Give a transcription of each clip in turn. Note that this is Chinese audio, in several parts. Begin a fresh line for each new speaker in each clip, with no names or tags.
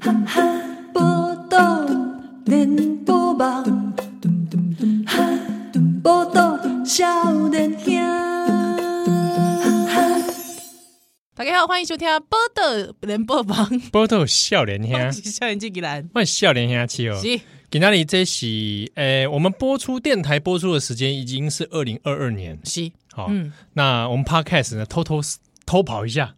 报道连波梦，报道少年兄。
大家好，欢迎收听《报道联播网》，
波豆笑脸
我
兄，
哦是少年纪吉兰，
万笑脸兄气哦！
是
今天里这是诶、我们播出电台播出的时间已经是二零二二年，
是，
好、
嗯
那我们 podcast 呢偷偷偷跑一 下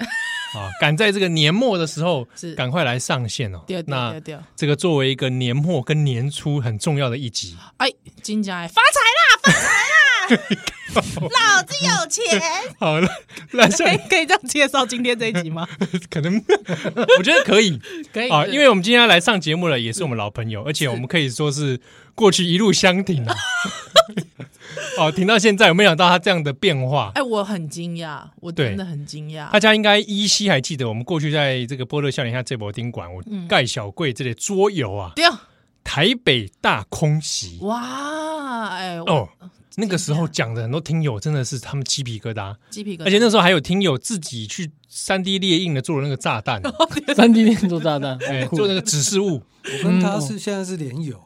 啊，赶在这个年末的时候
是，
赶快来上线哦。
对对对
那
对，
这个作为一个年末跟年初很重要的 一集，
哎，真正的发财啦，发财啦，老子有钱，
好了，那像
可以可以这样介绍今天这一集 吗？
可 能我觉得可以
可以
啊，
是
因为我们今天要来上节目了，也是我们老朋友，而且我们可以说是过去一路相挺啊。 哦，挺到现在，我没想到他这样的变化。
哎，我很惊讶，我
对
真的很惊讶
大，家应该依稀还记得，我们过去在这个波乐笑脸下这博宾馆，我盖小贵这类桌游啊，
对，
台北大空袭
哇，哎，我
哦，那个时候讲的很多听友真的是他们鸡皮疙瘩，
鸡皮疙瘩，
而且那时候还有听友自己去三 D 列印的做了那个炸 弹，
三 D 电做炸弹，
哎，
很酷
做那个指示物。
我
嗯
跟
哦
他是现在是连友，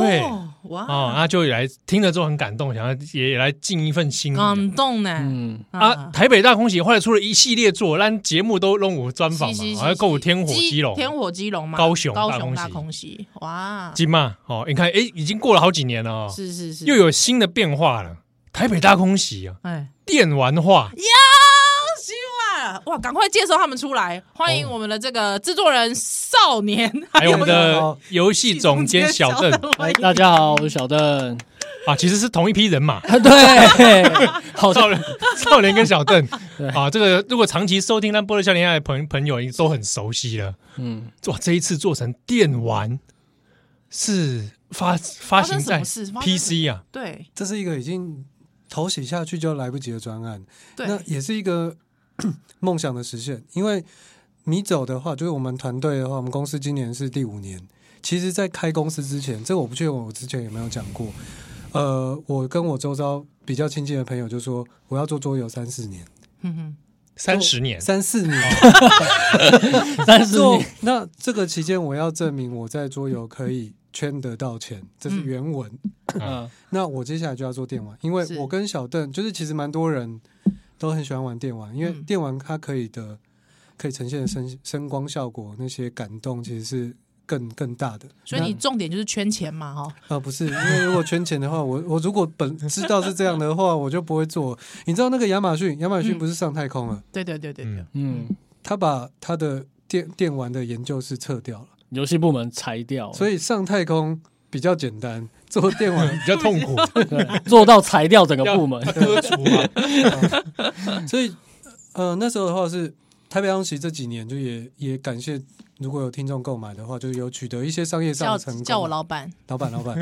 对
哦，
哦，
哇，
他就来听了之后很感动，想要也也来尽一份心意
感动呢，
嗯，
啊。台北大空袭后来出了一系列作，让节目都弄我专访
是是
嘛，
是
还有购物
是
天火
基
鸡笼、
天火鸡笼嘛，
高雄
高
大
雄
空
大
袭
空袭，哇，
金嘛。哦，你看，哎，已经过了好几年了哦，
是是是，
又有新的变化了。台北大空袭啊，
哎。
电玩 化
有希望啊哇！赶快介绍他们出来，欢迎我们的这个制作人少年，
还有我 们
哎
还
的
有
游戏总监小邓
哎，大家好，我是小邓，
啊，其实是同一批人 嘛。
啊，对，好
少年、少年跟小邓
对
啊，这个如果长期收听《那波乐少年爱》的朋朋友都很熟悉了。
嗯，
哇，这一次做成电玩是发发行在
发生什么事发生什
PC 啊，
对
这是一个已经头洗下去就来不及的专案，
对
那也是一个 梦想的实现。因为米走的话，就是我们团队的话，我们公司今年是第五年。其实，在开公司之前，这个我不确定我之前有没有讲过。呃，我跟我周遭比较亲近的朋友就说，我要做桌游三四年，
嗯
三十年
三四年。
但是
做那这个期间，我要证明我在桌游可以圈得到钱，这是原文。
嗯，
那我接下来就要做电玩，因为
是
我跟小邓就是其实蛮多人都很喜欢玩电玩，因为
嗯
电玩它可以的可以呈现的声声光效果那些感动其实是更更大的。
所以你重点就是圈钱嘛，哈，
啊，不是，因为如果圈钱的话，我我如果本知道是这样的话，我就不会做。你知道那个亚马逊，亚马逊
嗯
不是上太空了，
对对对对对
嗯，
嗯，
他把他的电电玩的研究室撤掉了，
游戏部门裁
哦
掉，
所
以
以上太空比较简单，做电玩
比较痛苦，
做到裁掉整个部门，
割除 啊，
所以，呃，那时候的话是台北央企这几年就也也感谢，如果有听众购买的话，就是有取得一些商业上
叫
的成功。
叫我老板，
老板，老板，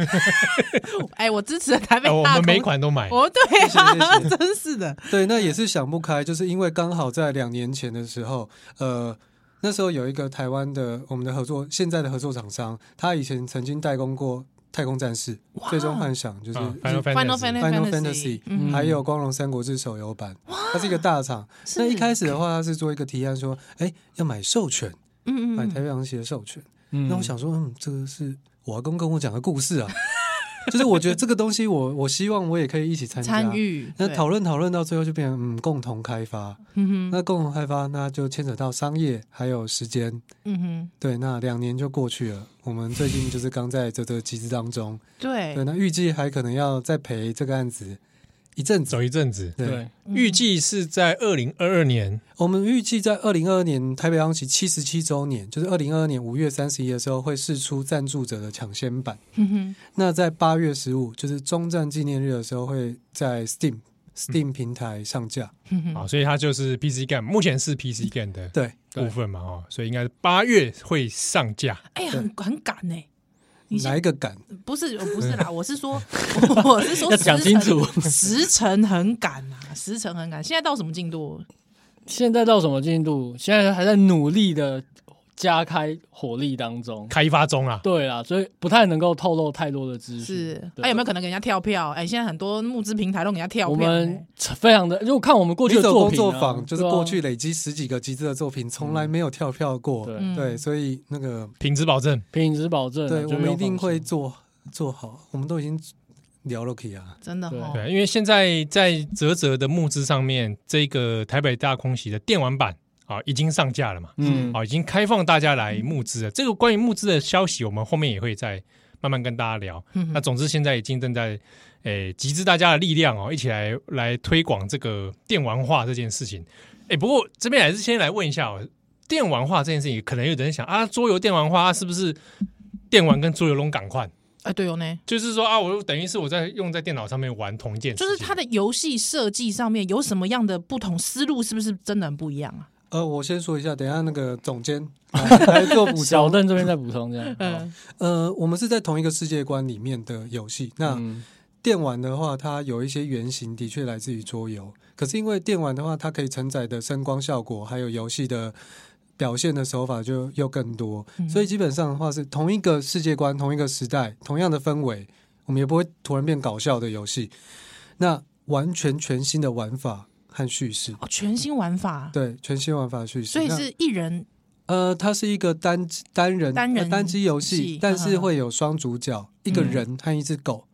哎，我支持了台北
哎我
大
们
公
每，款都买，
哦对啊，
谢谢 谢
真是的，
对，那也是想不开，就是因为刚好在两年前的时候，呃，那时候有一个台湾的我们的合作，现在的合作厂商，他以前曾经代工过《太空战士》
哇哦
《最终幻想》，就是
啊
日
Final Fantasy
嗯 Final
Fantasy，
Fantasy
嗯
还有《光荣三国志》手游版，它是一个大厂。
是
那一开始的哦话，它是做一个提案说，哎，要买授权，
嗯
买
嗯
台
嗯，
北洋企的授权。
嗯
那我想说，嗯，这个是我阿公跟我讲的故事啊， 就是我觉得这个东西我，我希望我也可以一起参加
参。与
那
对
讨论讨论到最后就变成嗯共同开发，
嗯哼
那共同开发那就牵扯到商业还有时间，
嗯哼，
对，那两年就过去了。我们最近就是刚在这个集资当中，
对
对，那预计还可能要再陪这个案子一阵子。
走一阵子，
对，
对，
预计是在二零二二年
我们预计在二零二二年台北央企七十七周年，就是二零二二年五月三十一的时候会试出赞助者的抢先版。
嗯哼
那在八月十五，就是中战纪念日的时候，会在 Steam Steam 平台上架。
嗯
啊，
哼，
所以它就是 PC Game，目前是 PC Game 的
对，嗯
部分嘛，哦，所以应该是八月会上架，
哎，很很敢呢。你先
来一个敢，
不是，我不是啦，我 是说，我是说
要讲
时辰
清楚
时辰很赶啊，时辰很赶。现在到什么进度？
现在到什么进度？现在还在努力的加开火力当中。
开发中啊，
对啦，所以不太能够透露太多的资讯。
是，
对
哎、有没有可能给人家跳票？哎、现在很多募资平台都给人家跳
我
票、哎
们非常的，就看我们过去
你
的
走
作
工
品啊、
作坊就是
对啊嗯
过去累积十几个集资的作品，从来没有跳票过。
对
嗯
对，所以那个
品质保证。
品质保证啊，
对
就
我
没
们
有
一定
放
会
心
做做好，我们都已经聊了 K 啊，
真的
对
哦，
对，因为现在在泽泽的募资上面，这个台北大空袭的电玩版啊已经上架了嘛，
嗯，
啊已经开放大家来募资了。这个关于募资的消息，我们后面也会再慢慢跟大家聊。
嗯
那总之，现在已经正在诶集资大家的力量哦，一起来来推广这个电玩化这件事情。诶，不过这边还是先来问一下哦，电玩化这件事情，可能有人想啊，桌游电玩化、啊是不是电玩跟桌游拢赶快？
哎、对哦呢，
就是说啊，我等于是我在用在电脑上面玩同一件事
就
情，
是它的游戏设计上面有什么样的不同思路，是不是真的很不一样啊？
呃，我先说一下，等一下那个总监 来来做补
小
充。
邓这边再补充这样。好
嗯，
呃，我们是在同一个世界观里面的游戏。那
嗯
电玩的话，它有一些原型的确来自于桌游，可是因为电玩的话，它可以承载的声光效果，还有游戏的表现的手法就又更多，
嗯
所以基本上的话是同一个世界观、同一个时代、同样的氛围，我们也不会突然变搞笑的游戏。那完全全新的玩法和叙事，
哦，全新玩法，
对，全新玩法叙事。
所以
那
是一人
呃，它是一个单单人
单人
呃单机游戏
戏，
但是
嗯
会有双主角，一个
嗯
人和一只狗。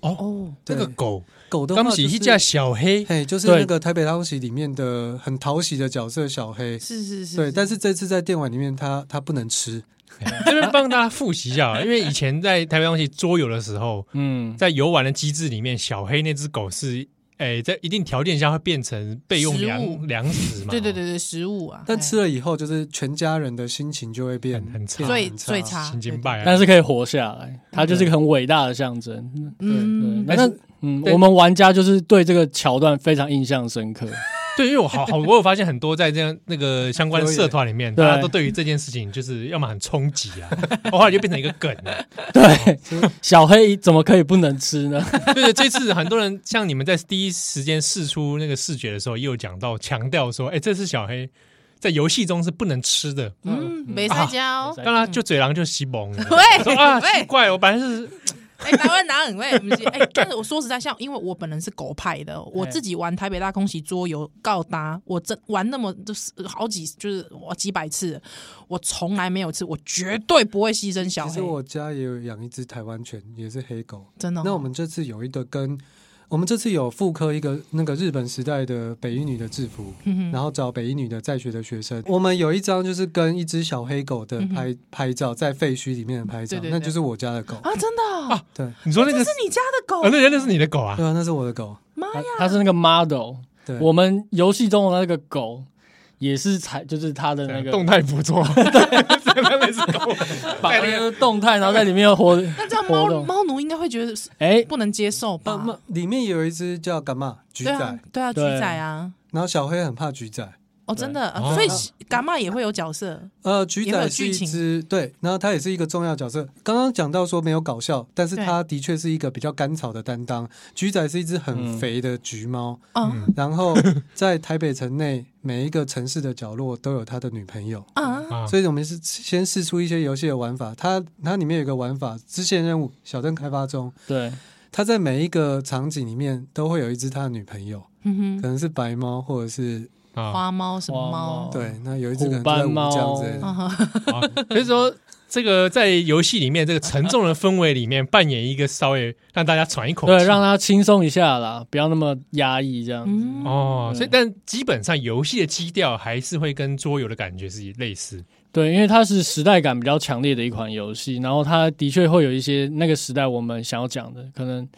哦，
这个
对
狗，
狗的话、
刚
就是，
喜一架小黑，
嘿，就是
对
那个台北大空袭里面的很讨喜的角色小黑。
是是是，
对，但是这次在电玩里面他，他不能吃。
这边帮大家复习一下啊，因为以前在台湾东西桌游的时候，
嗯，
在游玩的机制里面，小黑那只狗是，诶、在一定条件下会变成备用
食物
粮粮食嘛？
对对对对，食物啊，
但吃了以后，就是全家人的心情就会变
很很差
变
最
很差
最
哦，
差，
行经败啊！
但是可以活下来，它就是一个很伟大的象征。嗯
对，对嗯，
对，
但
那
是
嗯，
对
我们玩家就是对这个桥段非常印象深刻。
对，因为我好 好，我有发现很多在这样那个相关的社团里面，
对
大家都对于这件事情就是要么很冲击啊， 后来就变成一个梗啊了。
对，小黑怎么可以不能吃呢？
对对，这次很多人像你们在第一时间试出那个视觉的时候，也有讲到强调说，哎，这是小黑在游戏中是不能吃的。
嗯，没塞跤，
当然，就嘴狼就西蒙了，
嗯喂
说啊，
喂
奇怪，我本来是
哎、台湾哪很会？不是哎、但是我说实在，像因为我本人是狗派的，我自己玩台北大空袭桌游告达，我真玩那么就是好几就是我几百次，我从来没有吃，我绝对不会牺牲小
其
黑
实，我家也有养一只台湾犬，也是黑狗。
真的哦、
那我们这次有一个跟我们这次有复刻一个那个日本时代的北一女的制服，
嗯
然后找北一女的在学的学生。我们有一张就是跟一只小黑狗的拍、拍照，在废墟里面的拍
嗯
照，
对对对
那就是我家的狗。
啊，真的哦、
对，
你说那个
这是你家的狗
啊，那那是你的狗啊
对，啊，那是我的狗。
妈呀！
他是那个 model，
对，
我们游戏中的那个狗也是采，就是它
啊
的那个
动态捕捉，那是狗，
把那个啊动态，然后在里面活
那这样
活
猫
动。
猫奴应该会觉得是
哎，
不能接受吧？
啊，那里面有一只叫干嘛橘
对
仔，
啊，对啊，橘
对
仔啊，
然后小黑很怕橘仔。
哦，真的，啊
哦
所以伽马也会有角色，
呃，橘
也会有
仔是
剧
一
情
只对，然后它也是一个重要角色。刚刚讲到说没有搞笑，但是
对
它的确是一个比较甘草的担当。橘仔是一只很
嗯
肥的橘 猫，
嗯
然后在台北城内每一个城市的角落都有他的女朋友。
啊，
啊
所以我们是先试出一些游戏的玩法，它它里面有一个玩法，支线任务小镇开发中，
对，
它在每一个场景里面都会有一只它的女朋友，
嗯
可能是白猫或者是
啊
花猫什么猫
花猫？
对，那有一只可
哦
能
虎斑
在五江
猫
之类的
啊哈
啊，所以说。这个在游戏里面，这个沉重的氛围里面扮演一个稍微让大家喘一口气，
对，让他轻松一下啦，不要那么压抑这样子。
嗯
哦，
对
所以但基本上游戏的基调还是会跟桌游的感觉是类似，
对，因为它是时代感比较强烈的一款游戏，然后它的确会有一些那个时代我们想要讲的，可能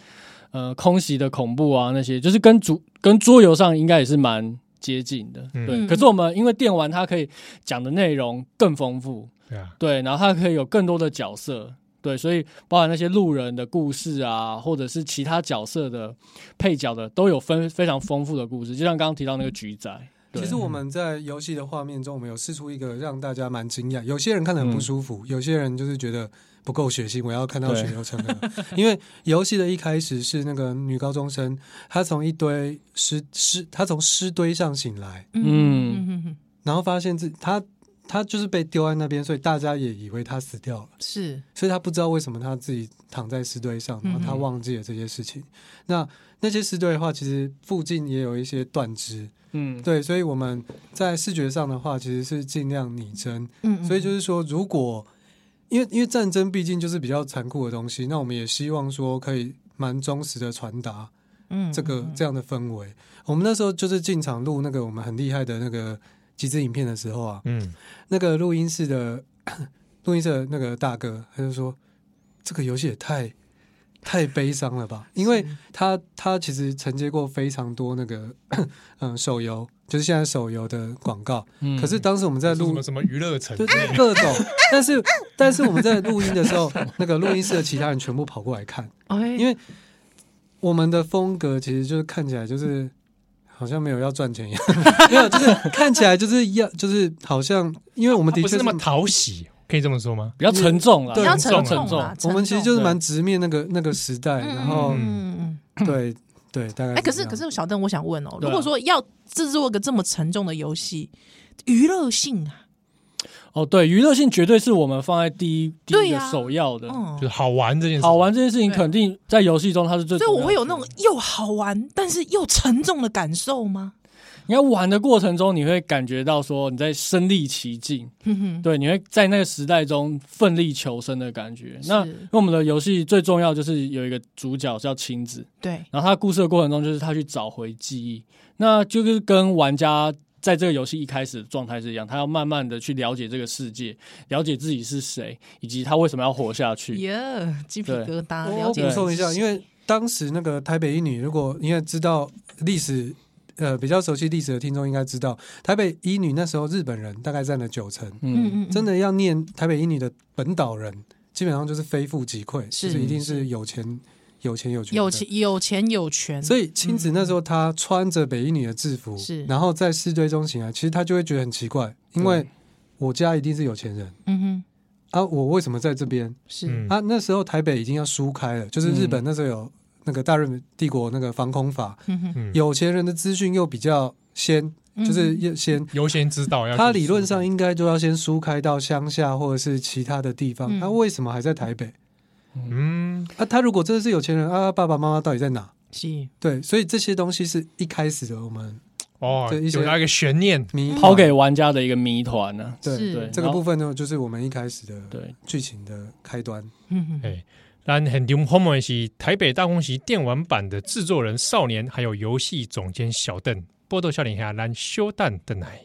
呃空袭的恐怖啊那些，就是跟主跟桌游上应该也是蛮接近的。
嗯
对，
嗯
可是我们因为电玩它可以讲的内容更丰富，
对啊，
对，然后它可以有更多的角色，对，所以包含那些路人的故事啊，或者是其他角色的配角的，都有分非常丰富的故事。就像刚刚提到那个橘仔，对
其实我们在游戏的画面中，我们有试出一个让大家蛮惊讶，有些人看得
嗯
很不舒服，有些人就是觉得不够血腥，我要看到血流成河。 因为游戏的一开始是那个女高中生，她从一堆尸尸，她从尸堆上醒来，
嗯嗯嗯
然后发现自她他就是被丢在那边，所以大家也以为他死掉了，
是
所以他不知道为什么他自己躺在尸堆上，然后他
嗯
忘记了这些事情。那那些尸堆的话，其实附近也有一些断肢，
嗯，
对，所以我们在视觉上的话，其实是尽量拟真。
嗯，嗯
所以就是说，如果因为因为战争毕竟就是比较残酷的东西，那我们也希望说可以蛮忠实的传达
嗯
这个
嗯
这样的氛围。我们那时候就是进场录那个我们很厉害的那个集资影片的时候啊，
嗯，
那个录音室的 录音室的那个大哥他就说，这个游戏也太太悲伤了吧，因为他他其实承接过非常多那个 嗯手游，就是现在手游的广告，
嗯
可是当时我们在
说什
录
么。什么娱乐城
对，就是各种，但是但是我们在录音的时候，那个录音室的其他人全部跑过来看，
哎，
因为我们的风格其实就是看起来就是好像没有要赚钱一样， 没有，就是看起来就是要就是好像，因为我
我
们的
啊不是
确
那么讨喜，可以这么说吗？
比较沉重了，
对
比较
很
沉
重
重
很
重
啦，
我们其实
沉重
就是蛮直面那个那个时代，
嗯
然后
嗯嗯嗯。
对对，大概
哎、可是
这样
可是小邓，我想问哦，
对
如
啊
果说要制作一个这么沉重的游戏，娱乐性啊，
哦，对，娱乐性绝对是我们放在第一第一
对
个
啊
首要的。
嗯
就，是好玩这件事，
好玩这件事情，
对
肯定在游戏中它是最
所以
重要的。
我会有那种又好玩但是又沉重的感受吗？
你在玩的过程中，你会感觉到说你在身临其境，
哼哼，
对，你会在那个时代中奋力求生的感觉。那
是
因为我们的游戏最重要就是有一个主角叫晴子，
对，
然后他故事的过程中就是他去找回记忆，那就是跟玩家。在这个游戏一开始的状态是一样，他要慢慢的去了解这个世界，了解自己是谁，以及他为什么要活下去。
耶、鸡皮
对
疙瘩，
我
了
我
解
补充一下，因为当时那个台北一女，如果因为知道历史。呃，比较熟悉历史的听众应该知道，台北一女那时候日本人大概占了九成，
嗯，
嗯
真的要念台北一女的本岛人，基本上就是非富即贵，
是
就是一定是有钱、有钱有权、
有。钱有钱有权，
所
以
以青子那时候她穿着北一女的制服，
是
然后在市堆中醒来，其实她就会觉得很奇怪，因为我家一定是有钱人
嗯哼，
啊，我为什么在这边？
是、
嗯
啊，那时候台北已经要输开了，就是日本那时候有那个大日帝国那个防空法，
嗯哼，
嗯
有钱人的资讯又比较先，
嗯
就是要先，
优先知道要去
他理论上
说
应该就要先输开到乡下或者是其他的地方，
嗯
他为什么还在台北？
嗯
啊，他如果真的是有钱人啊，爸爸妈妈到底在哪？
是
对，所以这些东西是一开始的我们
哦，
对一些
有那个悬念，
迷惘
抛给玩家的一个谜团呢。
对
嗯是
对
这个部分呢，就是我们一开始的
对，
剧情的开端。
嗯哼，
哎。但很牛，后面是台北大空袭电玩版的制作人少年，还有游戏总监小邓。波多少年下，咱小蛋邓来。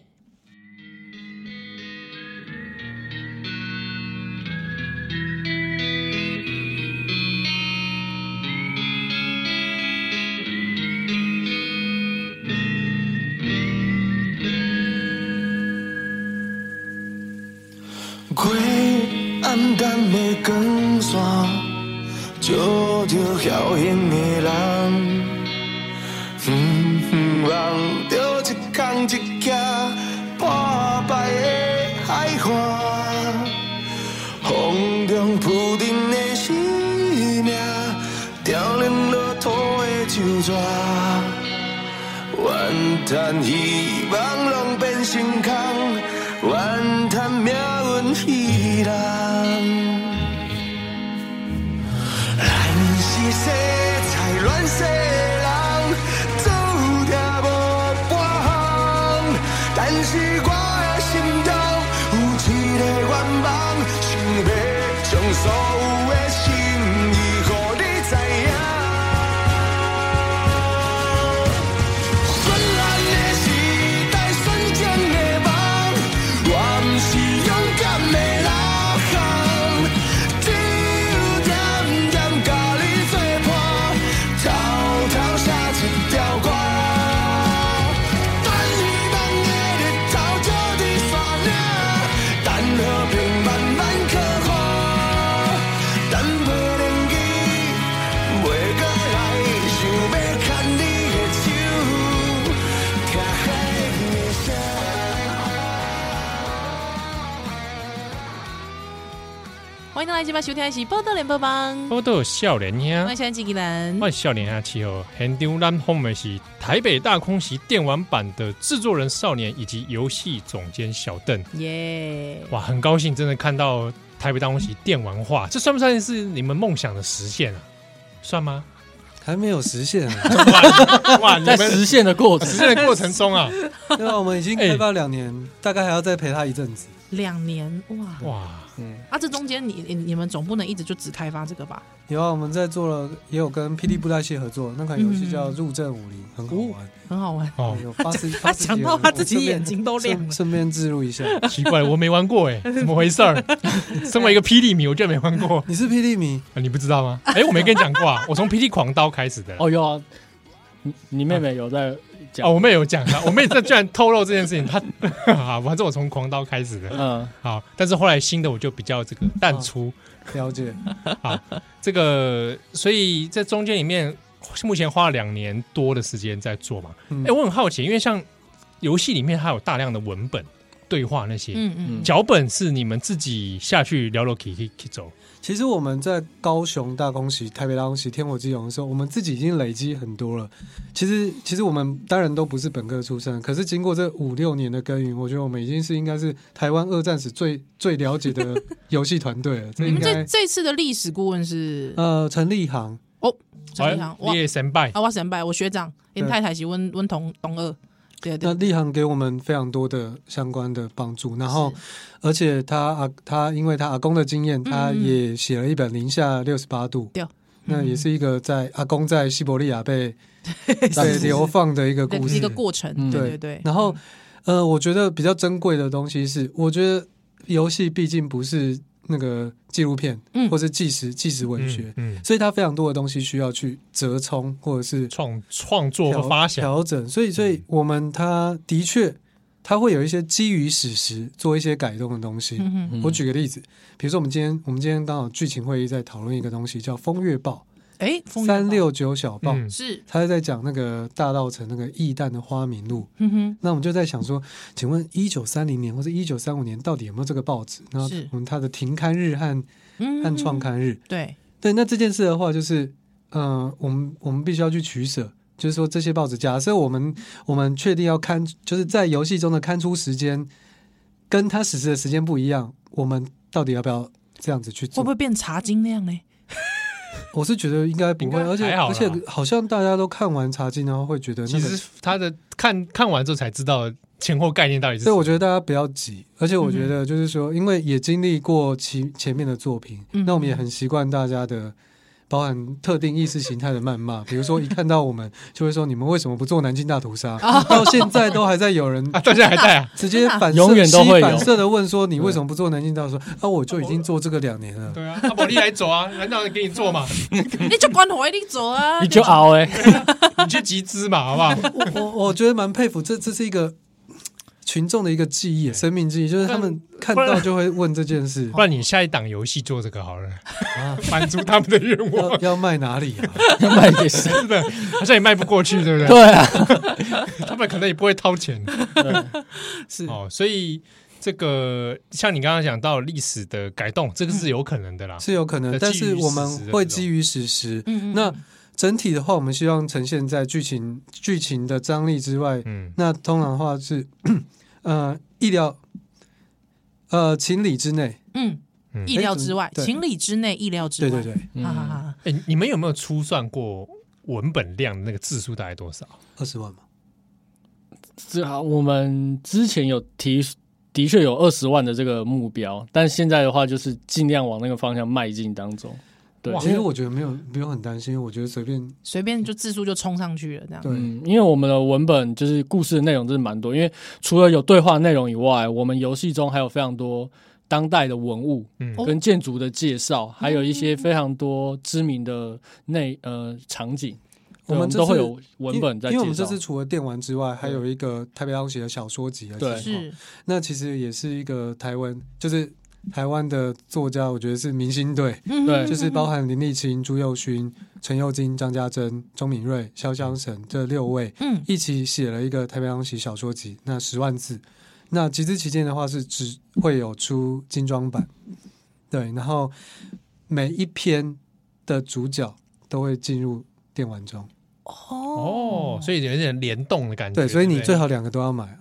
过暗淡的光线，照着晓影的人，远远望着一天一夜破败的海岸，风中浮沉的生命，凋零落土的酒泉。怨叹希望拢变成空，怨叹命运戏人。咱是世菜乱世人，做定无半项，但是我的心中有一个愿望，想要将所有的心意，互你知影。昏暗的时代，瞬间的梦，我不是勇敢的老汉，只有点点甲你做伴，偷偷写一条歌，等希望的日头照
家即摆收听的是《报道联播网》，
我都有笑脸
我
呀，
是机器人
我，笑脸啊，气候很丢烂。后面是台北大空袭电玩版的制作人少年以及游戏总监小邓。
耶！
哇，很高兴真的看到台北大空袭电玩化，这算不算是你们梦想的实现啊？算吗？
还没有实现啊，
哇 哇，你
在
们
实现的过程
实现的过程中啊，
对吧？我们已经开发两年，大概还要再陪他一阵子。
两年哇
哇，
啊！这中间你你你们总不能一直就只开发这个吧？
有啊，我们在做了，也有跟霹雳布袋戏合作，那款游戏叫《入阵武林》， 很好哦玩。
很好玩。
哦，
有八十，
他讲到他自己眼睛都
都
亮了。
顺便置入一下，
奇怪，我没玩过哎，怎么回事儿？身为一个霹雳迷，我居然没玩过，
你是霹雳迷？
啊你不知道吗？哎，我没跟你讲过啊，我从霹雳狂刀开始的啦。
哦，有啊，你你妹妹有在讲
哦，我妹有讲啊，我妹这居然透露这件事情， 她啊，反正我从狂刀开始的，
嗯，
好，但是后来新的我就比较这个淡出，
了解，
这个，所以在中间里面，目前花了两年多的时间在做嘛。哎、
嗯
我很好奇，因为像游戏里面它有大量的文本、对话那些，
嗯嗯，
脚、本是你们自己下去聊聊 k i k 走。
其实我们在高雄大空袭、台北大空袭、天火之勇的时候，我们自己已经累积很多了。其实，其实我们当然都不是本科出身，可是经过这五六年的耕耘，我觉得我们已经是应该是台湾二战史最最了解的游戏团队了。这
你
嗯应
们这
该
这次的历史顾问是
呃，陈立航，
陈立航，我
哎你也神拜，
啊，我先拜我学长，因
对
太太是温温同同二，对
那
对。
立航给我们非常多的相关的帮助，然后而且他啊，他因为他阿公的经验，
嗯
他也写了一本《零下六十八度》
对
那也是一个在阿公在西伯利亚被被
是
流放的一个故
对
事
一个。过程，
嗯
对对对，
然后呃，我觉得比较珍贵的东西是，我觉得游戏毕竟不是那个纪录片，
嗯
或是纪实纪实文学，
嗯，嗯
所以它非常多的东西需要去折冲，或者是
创创作
调
和发想，嗯
调整，所以所以我们它的确它会有一些基于史实做一些改动的东西。
嗯哼，
我举个例子，比如说我们今天我们今天刚好剧情会议在讨论一个东西叫《风月报
哎，》风云
三
榜
六九小报，
嗯
是，
它在讲那个大稻城那个驿站的花明路。
嗯哼，
那我们就在想说，请问一九三零年或者一九三五年到底有没有这个报纸？然后
是
我们它的停刊日和
嗯，
和创刊日，
对，
对，那这件事的话，就是，呃，我们我们必须要去取舍，就是说这些报纸，假设我们我们确定要刊，就是在游戏中的刊出时间跟它实施的时间不一样，我们到底要不要这样子去
会
做
不？会变茶经那样呢？
我是觉得应该不
应
会，
该
而且
还好啦
而且好像大家都看完茶经，然后会觉得那
其
个，
实他的看看完之后才知道前后概念到底是什
所以
么。嗯
我觉得大家不要急，而且我觉得就是说，因为也经历过其前面的作品，
嗯
那我们也很习惯大家的。包含特定意识形态的 谩骂，比如说一看到我们就会说你们为什么不做南京大屠 杀？到现在都还在有人
啊，到现在还在 啊，
直接反射，
永远都会有
西反射的问说你为什么不做南京大屠杀？啊，我就已经做这个两年了。
对啊，阿宝利来走啊，难道给你做 嘛？
你就关怀你走啊，
你就熬哎，
你去集资嘛，好不 好？
我我我觉得蛮佩服，这这是一个嗯群众的一个记忆，生命记忆，就是他们看
不
到
然
就会问这件事
不然你下一档游戏做这个好了，
啊，
满足他们的愿
要
望，
要卖哪里啊？
要 卖给谁？
是的，好像也卖不过去，对不对？
对啊，
他们可能也不会掏钱
是
哦，所以这个像你刚刚讲到历史的改动，这个是有可能的啦。
是有可能，
呃
但
基于
是我
史实的
们
这
会
种
基于史实。
嗯嗯
那整体的话，我们希望呈现在剧情剧情的张力之外，
嗯，
那通常的话是呃意料呃情理之内。
嗯
嗯，
意料之外，
对
情理之内，意料之
对
外，啊
对对，
嗯
哈哈哈，
哎，你们有没有粗算过文本量的那个字数大概多少？
二十万嘛。
是啊，我们之前有提，的确有二十万的这个目标，但现在的话就是尽量往那个方向迈进当中。对，
其实我觉得没有不用很担心，因为我觉得随便
随便就字数就冲上去了，这样，
对
嗯，因为我们的文本就是故事的内容真的蛮多，因为除了有对话内容以外，我们游戏中还有非常多当代的文物，
嗯
跟建筑的介绍，还有一些非常多知名的内呃场景，对
我
我
们
们
这
都会
次
有文本在介
因为因为我们这
绍。
次除了电玩之外，还有一个台北大空袭的小说集啊。
对
其实
哦
是，
那其实也是一个台湾，就是台湾的作家，我觉得是明星队，
嗯
对
就是包含林立清、朱佑勋、陈佑金、张家珍、钟敏锐、肖湘神这六位
嗯
一起写了一个台北大空袭小说集，那十万字。那集资期间的话是只会有出精装版，对，然后每一篇的主角都会进入电玩中，
哦，所以有点联动的感觉。
对，所以你
不
最好两个都要买啊。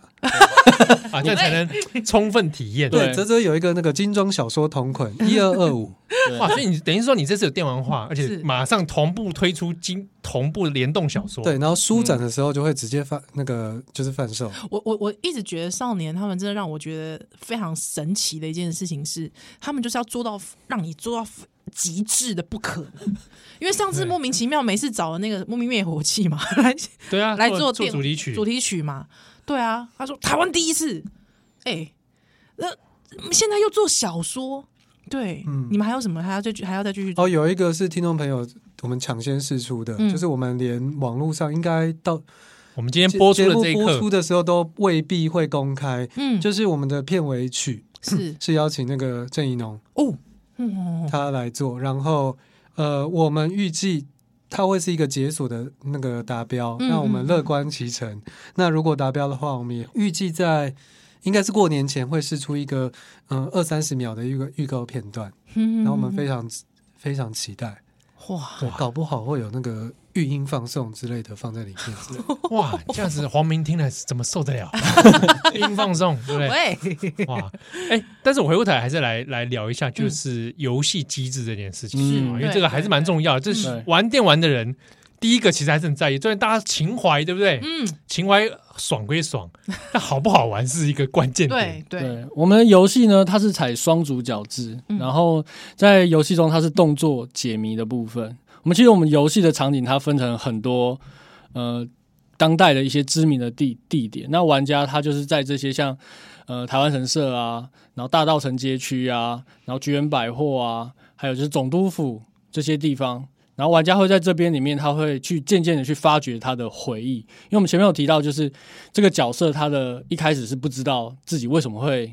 啊，这样才能充分体验。
对
对，泽泽有一个那个精装小说同捆一二二五，
对
哇，所以你等于说你这次有电玩化，而且
是
马上同步推出经同步联动小说。
对，，然后书展的时候就会直接贩那个就是贩售，
我我我一直觉得少年他们真的让我觉得非常神奇的一件事情是，他们就是要做到让你做到极致的不可能。因为上次莫名其妙没事找的那个莫名灭火器嘛，来
对啊，
来做
做
电
主题曲，
主题曲嘛，对啊，他说台湾第一次，哎、那、现在又做小说，对，
嗯
你们还有什么还要再继还要再继续做？
哦，有一个是听众朋友我们抢先试出的，
嗯
就是我们连网络上应该到
我们今天播出的这
节
一
目播出
刻，
的时候都未必会公开，
嗯，
就是我们的片尾曲
是
是邀请那个郑怡农
哦，嗯，
他来做，然后呃，我们预计。它会是一个解锁的那个达标，
嗯
那我们乐观其成。那如果达标的话，我们也预计在应该是过年前会试出一个嗯二三十秒的一个预告片段，
然
然后我们非常非常期待。
哇，
对，搞不好会有那个语音放送之类的放在里面之类的。
哇，这样子黄明听了怎么受得 了？音放纵，对不对？
喂，
哇，哎，但是我回过头来还是来来聊一下，就是游戏机制这件事情，
是
啊因为
对
这个还是蛮重要的。这是
对
玩电玩的人，第一个其实还是很在意，就是大家情怀，对不对？
嗯，
情怀爽归爽，那好不好玩是一个关键
对
点。
对，
我们的游戏呢，它是采双主角制，
嗯
然后在游戏中它是动作解谜的部分。我们其实我们游戏的场景它分成很多，呃，当代的一些知名的地地点。那玩家他就是在这些像呃台湾神社啊，然后大道城街区啊，然后菊园百货啊，还有就是总督府这些地方。然后玩家会在这边里面，他会去渐渐的去发掘他的回忆，因为我们前面有提到，就是这个角色他的一开始是不知道自己为什么会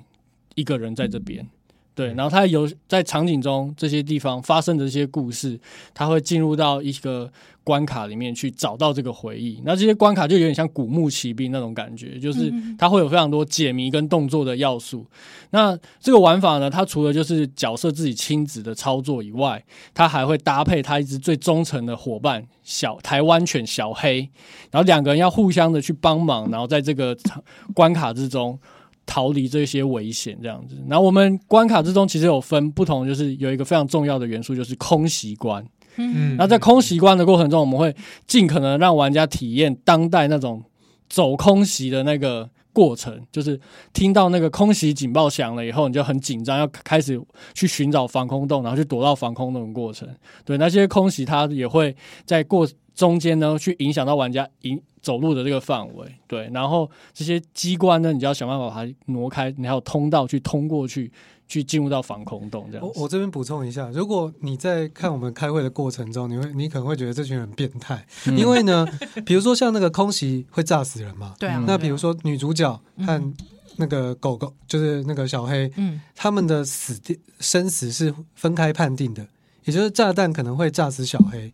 一个人在这边，对，然后他有在场景中这些地方发生的这些故事，他会进入到一个关卡里面去找到这个回忆。那这些关卡就有点像古墓奇兵那种感觉，就是它会有非常多解谜跟动作的要素。那这个玩法呢，它除了就是角色自己亲子的操作以外，它还会搭配他一直最忠诚的伙伴小台湾犬小黑，然后两个人要互相的去帮忙，然后在这个场关卡之中逃离这些危险，这样子。然后我们关卡之中其实有分不同，就是有一个非常重要的元素就是空袭关。
嗯，
那在空袭关的过程中，我们会尽可能让玩家体验当代那种走空袭的那个过程，就是听到那个空袭警报响了以后，你就很紧张，要开始去寻找防空洞，然后去躲到防空洞的过程。对，那些空袭它也会在过中间呢，去影响到玩家影走路的这个范围。对，然后这些机关呢，你就要想办法把它挪开，你还有通道去通过去，去进入到防空洞这样
我
子。
我这边补充一下，如果你在看我们开会的过程中，你会你可能会觉得这群人变态，
嗯
因为呢， 比如说像那个空袭会炸死人嘛，
对
嗯
啊，
那
对啊
比如，说女主角和那个狗狗，就是那个小黑，
嗯，
他们的死地生死是分开判定的，也就是炸弹可能会炸死小黑，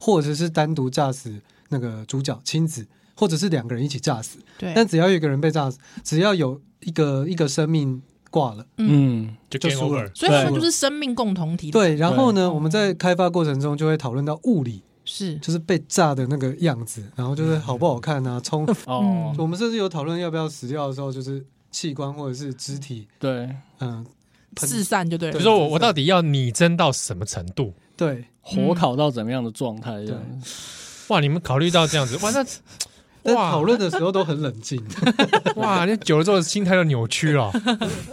或者是单独炸死那个主角亲子，或者是两个人一起炸死。
对，
但只要有一个人被炸死，只要有一个一个生命挂了，
嗯，
就
就
game
输了
over。
所以他们
对
就是生命共同体，，
对。然后呢，
对
我们在开发过程中就会讨论到物理，
是
就是被炸的那个样子，然后就是
嗯
好不好 看啊，冲。
哦，
我们甚至有讨论要不要死掉的时候，就是器官或者是肢体，
对，
嗯、喷
四散就对
就
了
对
说我我到底要拟真到什么程度？
对，
火烤到怎么样的状态这样子？
哇，你们考虑到这样子，哇，那
但
哇
讨论的时候都很冷 静。
哇，那久了之后心态就扭曲了。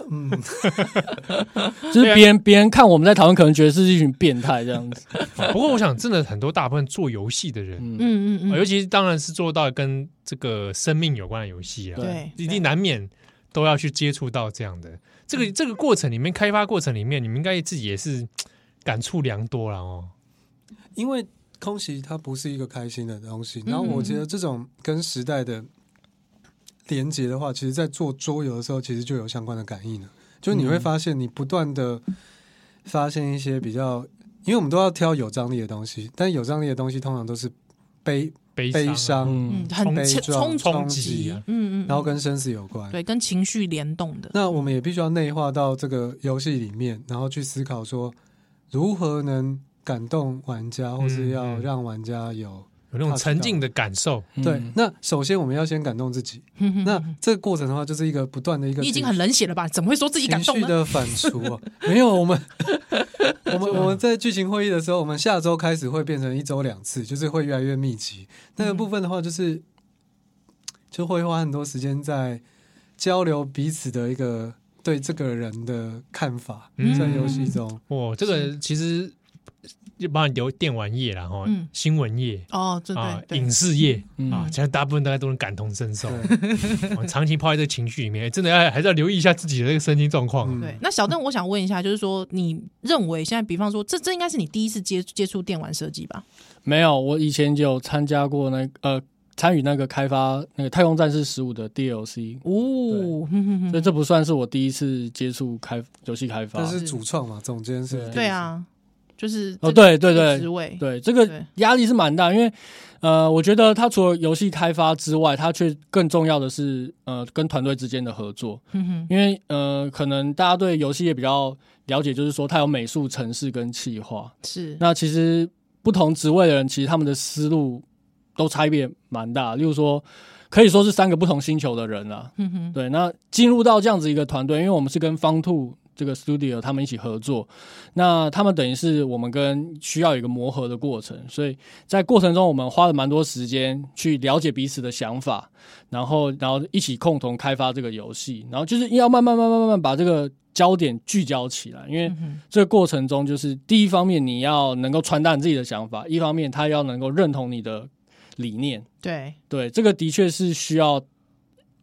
嗯，
就是别
啊
人别人看我们在讨论，可能觉得是一群变态这样子。
不过我想，真的很多大部分做游戏的人，
嗯，
嗯嗯
呃
嗯，
尤其是当然是做到跟这个生命有关的游戏啊，
对，
一定难免都要去接触到这样的。这个这个过程里面，开发过程里面，你们应该自己也是感触良多了哦。
因为空袭它不是一个开心的东西，
嗯
然后我觉得这种跟时代的连接的话，其实在做桌游的时候，其实就有相关的感应了。就你
嗯
会发现，你不断的发现一些比较，因为我们都要挑有张力的东西，但有张力的东西通常都是悲
悲
悲
伤啊、
伤，
嗯
嗯，很
悲
切
壮
冲
冲
击
击
啊，
嗯嗯，
然后跟生死有关。
对跟情绪联动的，
那我们也必须要内化到这个游戏里面，然后去思考说如何能感动玩家，或是要
嗯
让玩家有
有那种沉浸的感受。
嗯
对。那首先我们要先感动自己，那这个过程的话，就是一个不断的一个
你已经
情
很冷血了吧？怎么会说自己感
情
动
绪
呢？
的反 刍啊。没有，我们 我们我们在剧情会议的时候，我们下周开始会变成一周两次，就是会越来越密集。那个
嗯
部分的话，就是就会花很多时间在交流彼此的一个对这个人的看法，
嗯
在游戏中。
哦，这个其实就包含有电玩业啦，哈、
嗯
新闻业
哦，对
啊
对、对
影，视业
嗯
啊，其实大部分大家都能感同身受。
对，
哦长期泡在这个情绪里面，哎真的要还是要留意一下自己的这个身心状况。啊
嗯
对，那小邓，我想问一下，就是说，你认为现在，比方说，这这应该是你第一次接接触电玩设计吧？
没有，我以前就有参加过那呃参与那个开发那个《太空战士十五》的 DLC，、
哦，哼哼哼
所以这不算是我第一次接触开游戏开发
但。是主创嘛，总监是
对，啊，就是
哦
这
对对
这个
对
职位，
对，这个
对
压力是蛮大，因为呃，我觉得它除了游戏开发之外，它却更重要的是呃跟团队之间的合作。
嗯哼，
因为呃，可能大家对游戏也比较了解，就是说它有美术、城市跟企划。
是，
那其实不同职位的人，其实他们的思路都差别蛮大。例如说，可以说是三个不同星球的人啊啦。
嗯哼，
对，那进入到这样子一个团队，因为我们是跟方兔这个 studio 他们一起合作，那他们等于是我们跟需要有一个磨合的过程，所以在过程中我们花了蛮多时间去了解彼此的想法，然后然后一起共同开发这个游戏，然后就是要慢慢慢慢慢慢把这个焦点聚焦起来，因为
嗯哼，
这个过程中，就是第一方面你要能够传达你自己的想法，一方面他要能够认同你的理念。
对，
对，这个的确是需要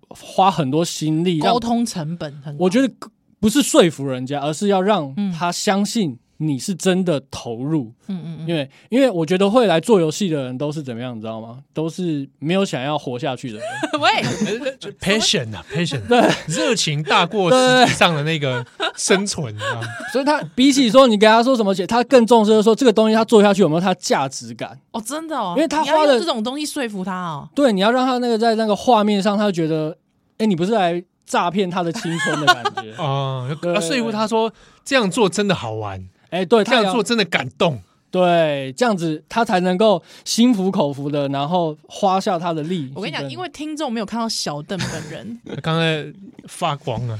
花很多心力让
沟，通成本很高，
我觉得不是说服人家，而是要让
嗯
他相信你是真的投入。
嗯嗯
因为，因为我觉得会来做游戏的人都是怎么样，你知道吗？都是没有想要活下去 的人。
嗯，喂，
就 passion 啊，passion，对，热情大过实际上的那个生存啊，
所以他比起说你给他说什么，他更重视就是说这个东西他做下去有没有它价值感。
哦，真的哦，
因为他
你要
花
用
了
这种东西说服他哦，
对，你要让他那个在那个画面上，他就觉得，哎，你不是来诈骗他的青春的感 觉。
啊，
对
要说服他说这样做真的好玩，
哎，对，
这
他
样
要
做真的感动，
对，这样子他才能够心服口服的，然后花下他的力。
我跟你讲，
是真的
因为听众没有看到小邓本人，
刚才发光了，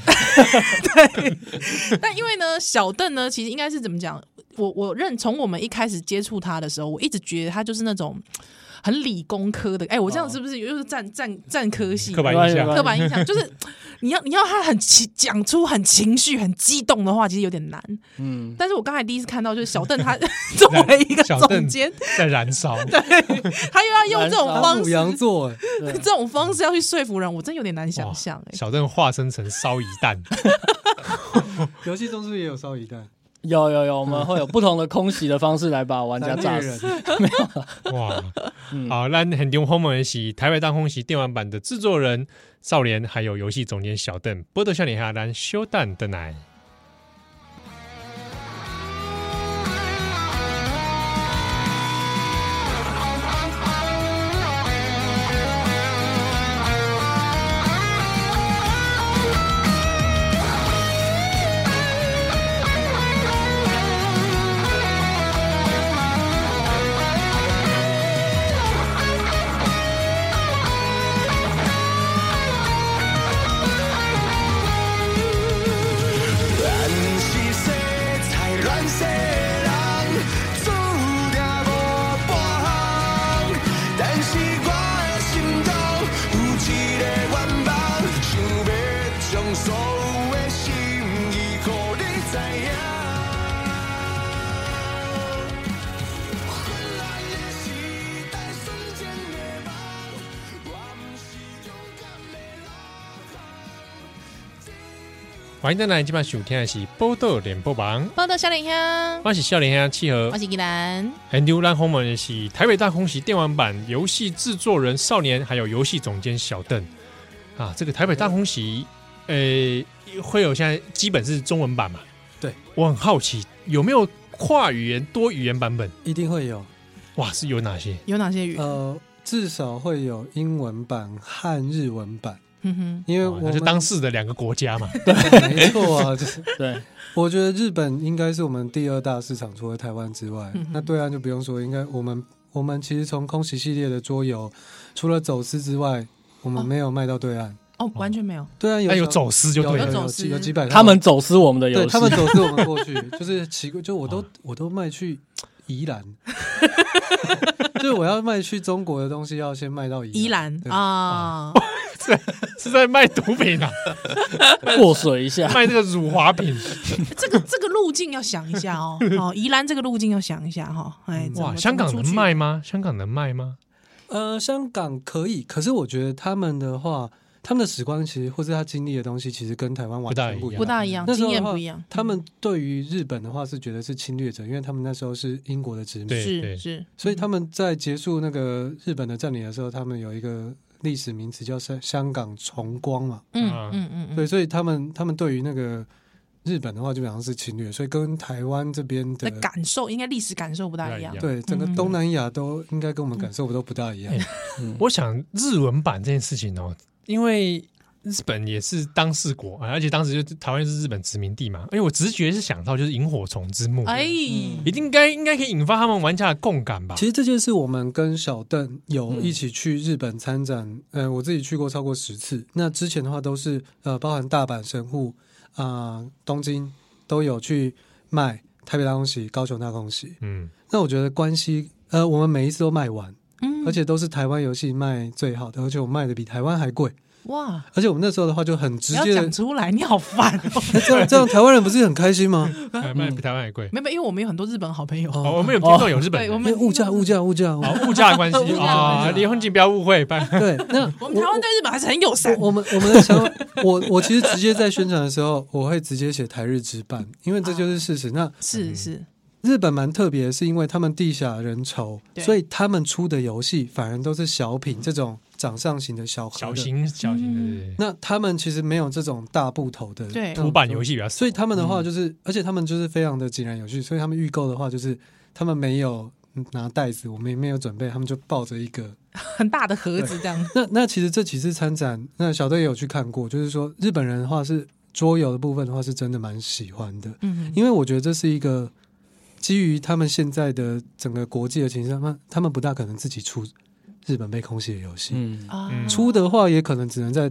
但因为呢，小邓呢，其实应该是怎么讲？我我认从我们一开始接触他的时候，我一直觉得他就是那种很理工科的。哎、我这
哦
样是不是又是占占占科系？
刻板印象
对
刻板印象就是 你要你要他很情讲出很情绪很激动的话，其实有点难。
嗯，
但是我刚才第一次看到，就是小邓他 作为一个
小邓
总监，
在燃烧，
他又要用这种
燃烧
方
母
式，
羊座哎，
对
这种方式要去说服人，我真有点难想象、哎，
小邓化身成烧鱼蛋，
游戏中是不是也有烧一蛋？
有有有，我们会有不同的空袭的方式来把玩家
男
炸
猎
死。
人，
哇
嗯！
好，那很牛轰猛的是台北大空袭电玩版的制作人少年，还有游戏总监小邓，波多少年下咱修蛋的奶。
咱是世菜乱世人，注定无半项。但是我的心中有一个愿望，想要将所有的心意，予你知影。昏暗的时代，瞬间的梦，我不是勇敢的
欢迎再来，今晚收听的是《波多连播榜》，
报道小林香，
我是少年兄契合
我，是吉兰，
很牛烂轰猛的是台北大空袭电玩版游戏制作人少年，还有游戏总监小邓。啊，这个台北大空袭，呃，会有现在基本是中文版嘛？
对，
我很好奇有没有跨语言、多语言版本？
一定会有。
哇，是有哪些？
有哪些语？
呃，至少会有英文版和日文版，
哼嗯哼，
因为
哦
呃我
那
们
就 当事的两个国家嘛，
没错啊，就是
对，
我觉得日本应该是我们第二大市场，除了台湾之外，
嗯哼
那对岸啊就不用说，应该我们我们其实从空袭系列的桌游，除了走私之外，我们
哦
没有卖到对岸，
哦，完全没有，
对啊岸有
那哎有
走
走私就
有
对
有
有
了。
走私
有几百套，
他们走私我们的游
对
戏，
他们走私我们过去，就是奇怪，就我
哦
都我都卖去宜兰， 就是我要卖去中国的东西，要先卖到
依然
对
啊，
是在卖毒品啊，
过水一下。
卖这个辱华品。
这个这个路径要想一下 哦，哦，宜兰这个路径要想一下哈，哎，怎么
哇，香港
啊
能？卖
怎么出去
吗？香港能卖吗？
呃，香港可以，可是我觉得他们的话，他们的史观其实或是他经历的东西，其实跟台湾完全不一样。
不大一样，
那时
经
候的
验
话
不一样，嗯
他们对于日本的话是觉得是侵略者，因为他们那时候是英国的殖民，
对
是是，
所以他们在结束那个日本的占领的时候，他们有一个历史名词叫香香港重光嘛。
嗯
啊
嗯嗯
对，
嗯，
所以他们他们对于那个日本的话，基本上是侵略，所以跟台湾这边的
那感受应该历史感受不大一样
不大一，样
对整个东南亚都应该跟我们感受都不大一样
嗯。我想日文版这件事情哦，因为日本也是当事国，啊而且当时就台湾是日本殖民地嘛，因为我直觉是想到就是萤火虫之墓，
哎，
嗯
一定该应该可以引发他们玩家的共感吧
其？实这件事，我们跟小邓有一起去日本参展，
嗯
呃，我自己去过超过十次。那之前的话都是呃，包含大阪、神户啊、东京都有去卖台北大空袭、高雄大空袭。
嗯，
那我觉得关系，呃，我们每一次都卖完，
嗯，
而且都是台湾游戏卖最好的，而且我卖的比台湾还贵。
哇，
而且我们那时候的话就很直
不要
接
讲
的，
出来，你好烦哦。
这样这样台湾人不是很开心吗？
还
嗯
卖比台湾还贵。
没有，因为我们有很多日本好朋友，
哦
哦，我们有听众有日本
对，我
人，
因为
们
物价物价物价，物价
哦，物价的关
物价
系
物价
啊，离婚请不要误会，拜。
对，那
我们台湾对日本还是很友善。
我们我们的想法，我我其实直接在宣传的时候，我会直接写台日直办，因为这就是事实。那
是是，
日本蛮特别，是因为他们地下人稠，
对
所以他们出的游戏反而都是小品这种掌上型的小盒的
小。型小型的对对对
那他们其实没有这种大部头的
对
图版游，戏比嗯较少，
所以他们的话就是，而且他们就是非常的井然有序，所以他们预购的话就是他们没有拿袋子，我们也没有准备，他们就抱着一个
很大的盒子这样。
那那其实这几次参展，那小队也有去看过，就是说日本人的话是桌游的部分的话是真的蛮喜欢的，
嗯，
因为我觉得这是一个基于他们现在的整个国际的情况，他们他们不大可能自己出日本被空袭的游戏，
嗯，
啊
嗯
出的话也可能只能在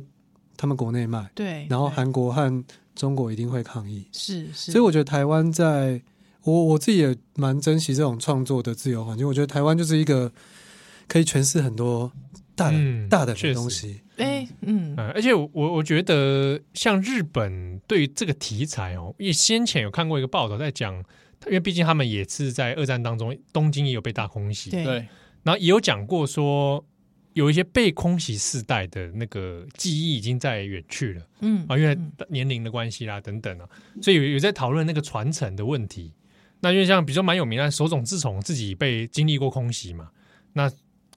他们国内卖，
对，
然后
对
韩国和中国一定会抗议，
是是，
所以我觉得台湾在我我自己也蛮珍惜这种创作的自由环境，我觉得台湾就是一个可以诠释很多大胆、
嗯
大胆
确
的
实
东西。
哎嗯
嗯，而且我我我觉得，像日本对于这个题材哦，因为先前有看过一个报道在讲，因为毕竟他们也是在二战当中，东京也有被大空袭，
对
对，
然后也有讲过说，有一些被空袭世代的那个记忆已经在远去了
嗯
啊，因为
嗯
年龄的关系啦等等啊，所以有有在讨论那个传承的问题。那因为像比如说蛮有名的手冢治虫自己被经历过空袭嘛，那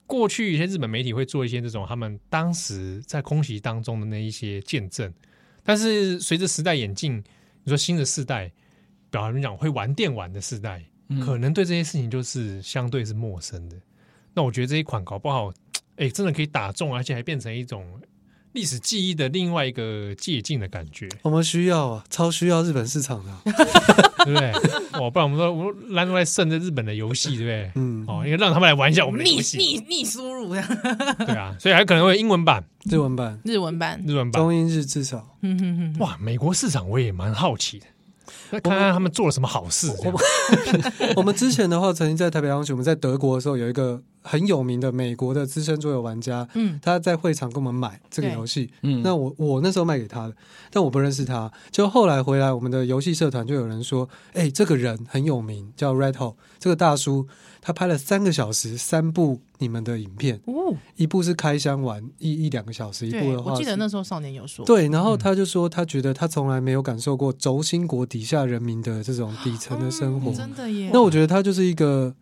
过去一些日本媒体会做一些这种他们当时在空袭当中的那一些见证，但是随着时代演进，你说新的世代，比方讲会玩电玩的世代，
嗯
可能对这些事情就是相对是陌生的。那我觉得这一款搞不好，哎，真的可以打中，而且还变成一种历史记忆的另外一个借鉴的感觉，
我们需要啊，超需要日本市场的
哦
啊、
对 不对？哦，不然我们说我们拦出来剩的日本的游戏，对不对？
嗯，
哦，应该让他们来玩一下我们的
逆
游戏，
逆逆输入这样，
对啊，所以还可能会有英文 版、
日文版、
日文版，
日文版。
中英日至少，
嗯哼哼，
哇，美国市场我也蛮好奇的，那看看他们做了什么好事。这样
我们之前的话，曾经在台北当局，我们在德国的时候，有一个很有名的美国的资深桌游玩家，
嗯
他在会场跟我们买这个游戏。
嗯，
那我我那时候卖给他的，但我不认识他。就后来回来，我们的游戏社团就有人说：“哎、这个人很有名，叫 Red Hole，这个大叔，他拍了三个小时三部你们的影片，
哦，
一部是开箱玩一一两个小时，一部
对，
的话
我记得
是
那时候少年有说，
对，然后他就说，他觉得他从来没有感受过轴心国底下人民的这种底层的生活
嗯。真的耶，
那我觉得他就是一个，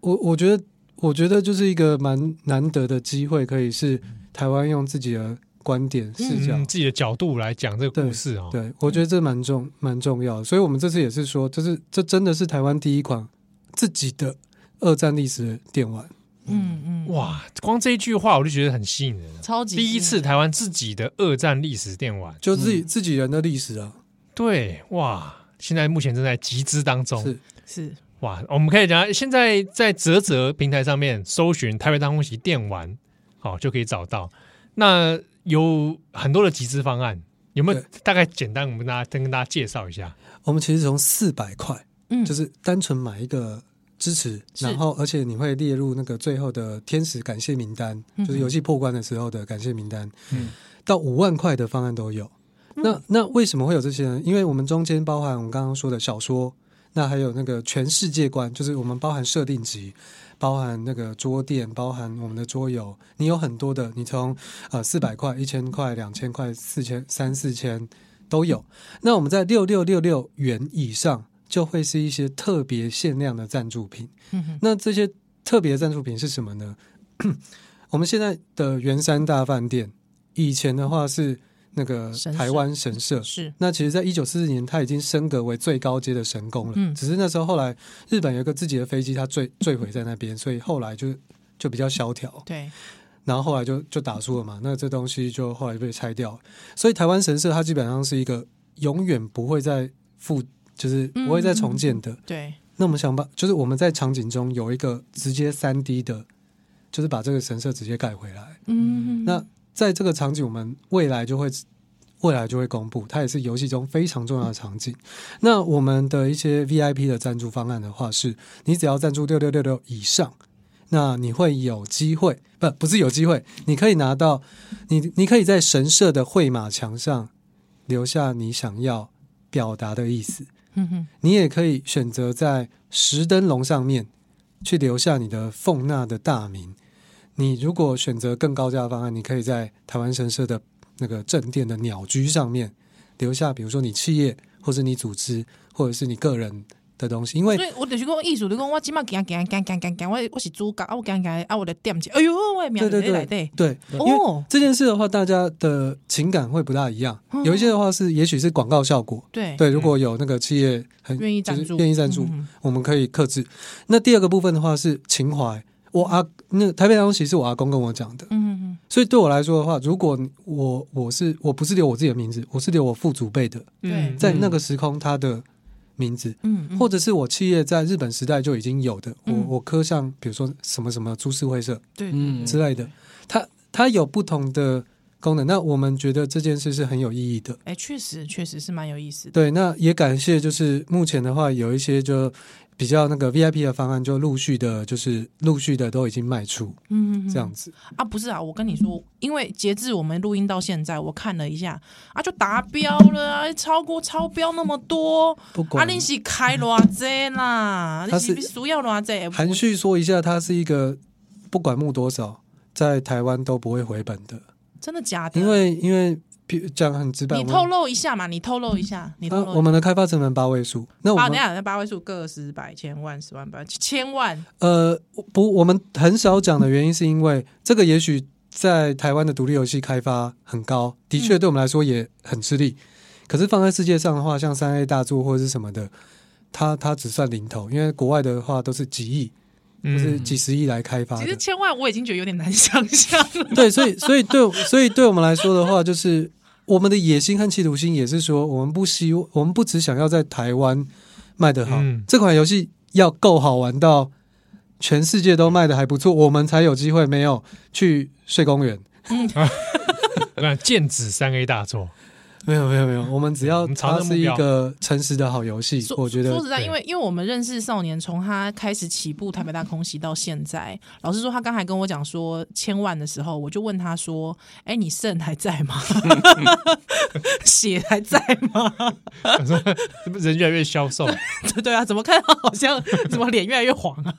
我我觉得我觉得就是一个蛮难得的机会，可以是台湾用自己的观点视角。
嗯，自己的角度来讲这个故事哦。
对，我觉得这蛮重蛮重要的，所以我们这次也是说，这是这真的是台湾第一款自己的二战历史电玩，
嗯嗯，
哇，光这一句话我就觉得很吸引人了。
超级
第一次台湾自己的二战历史电玩，
就自己、自己人的历史啊，
对，哇，现在目前正在集资当中
是。
是
哇，我们可以讲，现在在泽泽平台上面搜寻台北大空袭电玩，好、就可以找到。那有很多的集资方案，有没有
对
大概简单我们跟大家跟大家介绍一下？
我们其实从四百块，
嗯
就是单纯买一个支持，
是
然后而且你会列入那个最后的天使感谢名单，
嗯
就是游戏破关的时候的感谢名单。
嗯，
到五万块的方案都有。
嗯
那那为什么会有这些呢？因为我们中间包含我们刚刚说的小说，那还有那个全世界观，就是我们包含设定集，包含那个桌垫，包含我们的桌游，你有很多的，你从呃四百块、一千块、两千块、四千、三四千都有。那我们在六六六六元以上，就会是一些特别限量的赞助品。
嗯
那这些特别赞助品是什么呢？ 我们现在的圆山大饭店，以前的话是那个
神社
台湾神社。
是，
那其实，在一九四四年，它已经升格为最高阶的神宫了。
嗯
只是那时候后来日本有一个自己的飞机，它坠坠毁在那边，所以后来就就比较萧条。
对，
然后后来就就打输了嘛，那这东西就后来被拆掉了。所以台湾神社它基本上是一个永远不会再复，就是
嗯
不会再重建的。
对，
那我们想把，就是我们在场景中有一个直接三 D 的，就是把这个神社直接盖回来。
嗯，
那在这个场景，我们未来就会未来就会公布，它也是游戏中非常重要的场景。那我们的一些 VIP 的赞助方案的话是，你只要赞助六六六六以上，那你会有机会，不不是有机会，你可以拿到你你可以在神社的绘马墙上留下你想要表达的意思。
嗯哼，
你也可以选择在石灯笼上面去留下你的奉纳的大名。你如果选择更高价的方案，你可以在台湾神社的那个正殿的鸟居上面留下，比如说你企业或者你组织或者是你个人的东西，因为
所以我就是讲艺术，就讲我今麦行行行行行行，我我是主角，啊我行行啊我的点起，哎呦，我的名字
对
在
对
内底，
对，因为
哦，
这件事的话，大家的情感会不大一样。有一些的话是，也许是广告效果，
嗯对，
对，如果有那个企业很
愿意赞
就
助，
是愿意赞助，
嗯
我们可以克制。那第二个部分的话是情怀，我阿那台北大东西是我阿公跟我讲的，
嗯嗯
所以对我来说的话，如果你我我是我不是留我自己的名字，我是留我父祖辈的，
嗯对
在那个时空他的名字，
嗯嗯，
或者是我企业在日本时代就已经有的，我
嗯
我刻上比如说什么什么株式会社
对，
嗯
之类的，它它有不同的功能。那我们觉得这件事是很有意义的。
哎，确实确实是蛮有意思的，
对，那也感谢，就是目前的话，有一些就比较那个 VIP 的方案，就陆续的，就是陆续的都已经卖出
嗯，
这样子。
啊，不是啊，我跟你说，因为截至我们录音到现在，我看了一下，啊，就达标了啊，超过超标那么 多，
不
啊，
管
你是开偌济啦，
它
你
是
是需要偌济，
含蓄说一下，它是一个不管募多少，在台湾都不会回本的，
真的假的？
因为因为比讲很直白，
你
我们
透露一下嘛，你透露一下，你透
啊
露一下。
我们的开发成本八位数，那我
啊，等一
们
下，那八位数个十百千万十万百千万，
呃不，我们很少讲的原因是因为这个，也许在台湾的独立游戏开发很高，的确对我们来说也很吃力。可是放在世界上的话，像三 A 大作或者是什么的，它它只算零头，因为国外的话都是几亿
嗯
或是几十亿来开发
其
的
实。千万我已经觉得有点难想象 了。
对，所以所以对所以对我们来说的话，就是我们的野心和企图心也是说，我们不希我们不只想要在台湾卖得好，
嗯
这款游戏要够好玩到全世界都卖得还不错，我们才有机会没有去睡公园。
那剑指三 A 大作，
没有没有没嗯有，我们只要
我们朝
它
着目
是一
标
个诚实的好游戏，
说
我觉得
说实在，
对
因为因为我们认识少年，从他开始起步台北大空袭到现在，老实说，他刚才跟我讲说千万的时候，我就问他说：“哎，你肾还在吗？血还在吗
我说是不是人越来越消 瘦？？”
对啊，怎么看到好像怎么脸越来越黄啊？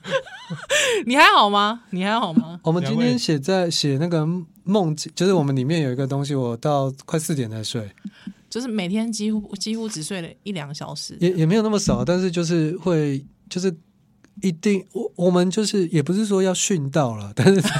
你还好吗？你还好吗？
我们今
两位
天写在写那个梦境，就是我们里面有一个东西，我到快四点才睡，
就是每天几乎几乎只睡了一两个小时，
也也没有那么
嗯
少，但是就是会就是一定，我我们就是也不是说要训到了，但是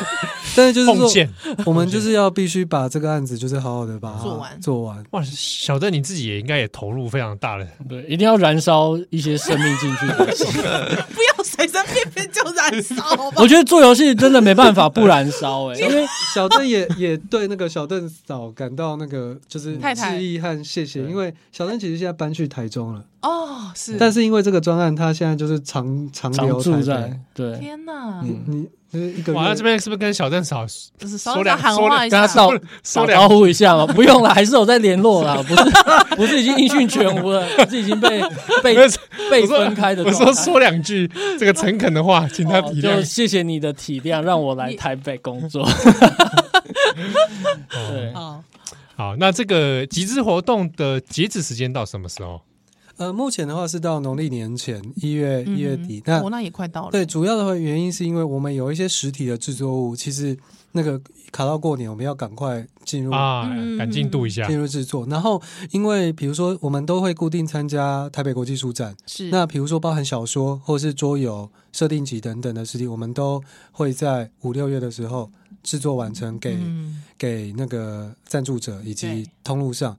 但是就是
奉
说，
献
我们就是要必须把这个案子就是好好的把它
做完
做完。
哇！小邓你自己也应该也投入非常大的，
对，一定要燃烧一些生命进去才 行。
不要随身偏偏就燃烧，好不好
我？觉得做游戏真的没办法不燃烧哎、
因 为小邓也也对那个小邓嫂感到那个就是
嗯太太
致意和谢谢，
对
因为小邓其实现在搬去台中了，
哦，是，
但是因为这个专案，他现在就是常常
常
留
住
台
在
北。
对，
天哪，
你你就是一个
哇，那
月
这边是不是跟小邓嫂说
就是稍
说
微跟
两
他喊
说
话
两
一
跟
下
他，道
说
打
两
招呼一下嘛，不用了，还是有在联络啦，不是不是已经音讯全无了， 是已经被被
没有
被
我说
分开的
我
状态。
说说两句这个诚恳的话，请他
哦
体
就
谅。
谢谢你的体谅，让我来台北 工作。对，
哦，
好，那这个集资活动的截止时间到什么时候？
呃，目前的话是到农历年前一月
嗯
一月底。
哦，
那
那也快到了，
对主要的话原因是因为我们有一些实体的制作物，其实那个卡到过年，我们要赶快进入
啊
嗯，
赶进度一下
进入制作。然后因为比如说我们都会固定参加台北国际书展，
是
那比如说包含小说或是桌游、设定集等等的实体，我们都会在五六月的时候制作完成给、
嗯
给那个赞助者以及
对
通路上。